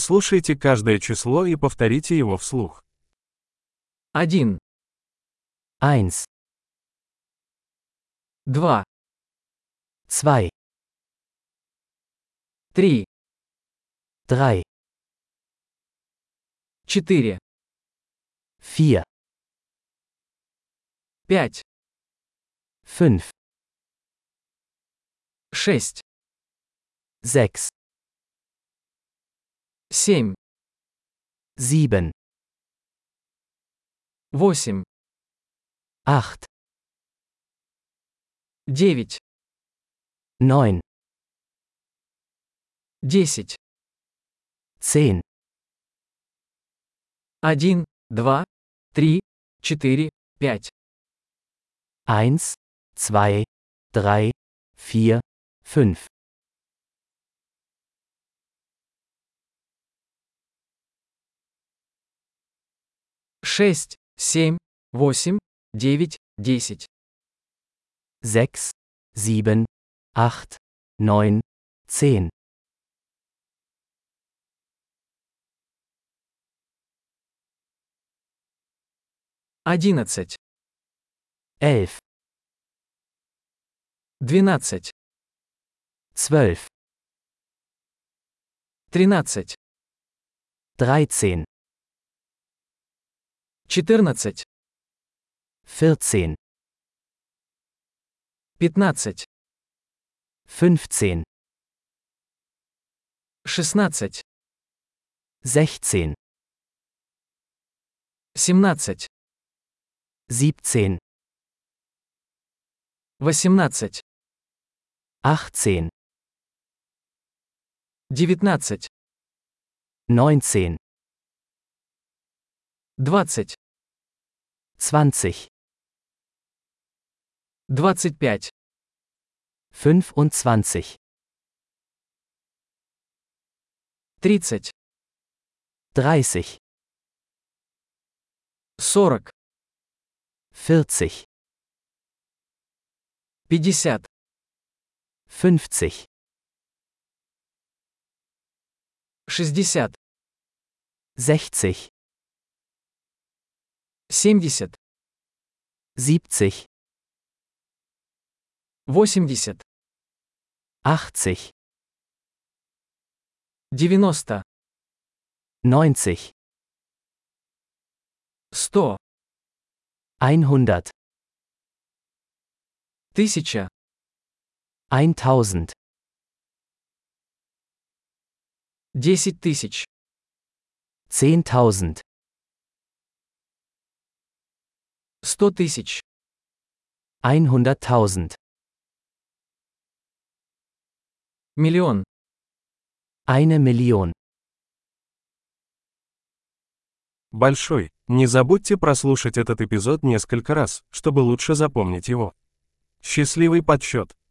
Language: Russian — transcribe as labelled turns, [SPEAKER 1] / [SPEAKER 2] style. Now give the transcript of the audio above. [SPEAKER 1] Прослушайте каждое число и повторите его вслух.
[SPEAKER 2] Один,
[SPEAKER 3] 1,
[SPEAKER 2] два,
[SPEAKER 3] 2,
[SPEAKER 2] три,
[SPEAKER 3] 3,
[SPEAKER 2] четыре,
[SPEAKER 3] 4,
[SPEAKER 2] пять,
[SPEAKER 3] 5,
[SPEAKER 2] шесть,
[SPEAKER 3] 6,
[SPEAKER 2] семь,
[SPEAKER 3] 7,
[SPEAKER 2] восемь,
[SPEAKER 3] 8,
[SPEAKER 2] девять,
[SPEAKER 3] 9,
[SPEAKER 2] десять,
[SPEAKER 3] 10,
[SPEAKER 2] один, два, три, четыре, пять,
[SPEAKER 3] 1, 2, 3, 4, 5,
[SPEAKER 2] шесть, семь, восемь, девять, десять,
[SPEAKER 3] 6, 7, 8, 9, 10,
[SPEAKER 2] одиннадцать,
[SPEAKER 3] 11,
[SPEAKER 2] двенадцать,
[SPEAKER 3] 12,
[SPEAKER 2] тринадцать,
[SPEAKER 3] 13,
[SPEAKER 2] четырнадцать,
[SPEAKER 3] 14,
[SPEAKER 2] пятнадцать,
[SPEAKER 3] 15,
[SPEAKER 2] шестнадцать,
[SPEAKER 3] 16,
[SPEAKER 2] семнадцать,
[SPEAKER 3] 17,
[SPEAKER 2] восемнадцать,
[SPEAKER 3] 18,
[SPEAKER 2] девятнадцать,
[SPEAKER 3] 19,
[SPEAKER 2] двадцать,
[SPEAKER 3] 20,
[SPEAKER 2] двадцать пять,
[SPEAKER 3] 25,
[SPEAKER 2] тридцать,
[SPEAKER 3] 30,
[SPEAKER 2] сорок,
[SPEAKER 3] 40,
[SPEAKER 2] пятьдесят,
[SPEAKER 3] 50,
[SPEAKER 2] шестьдесят,
[SPEAKER 3] 60,
[SPEAKER 2] семьдесят,
[SPEAKER 3] 70,
[SPEAKER 2] восемьдесят,
[SPEAKER 3] 80,
[SPEAKER 2] девяносто,
[SPEAKER 3] 90,
[SPEAKER 2] сто,
[SPEAKER 3] 100,
[SPEAKER 2] тысяча,
[SPEAKER 3] 1000,
[SPEAKER 2] десять тысяч,
[SPEAKER 3] 10.000,
[SPEAKER 2] сто тысяч,
[SPEAKER 3] 100.000,
[SPEAKER 2] миллион,
[SPEAKER 3] eine Million.
[SPEAKER 1] Большой. Не забудьте прослушать этот эпизод несколько раз, чтобы лучше запомнить его. Счастливый подсчет!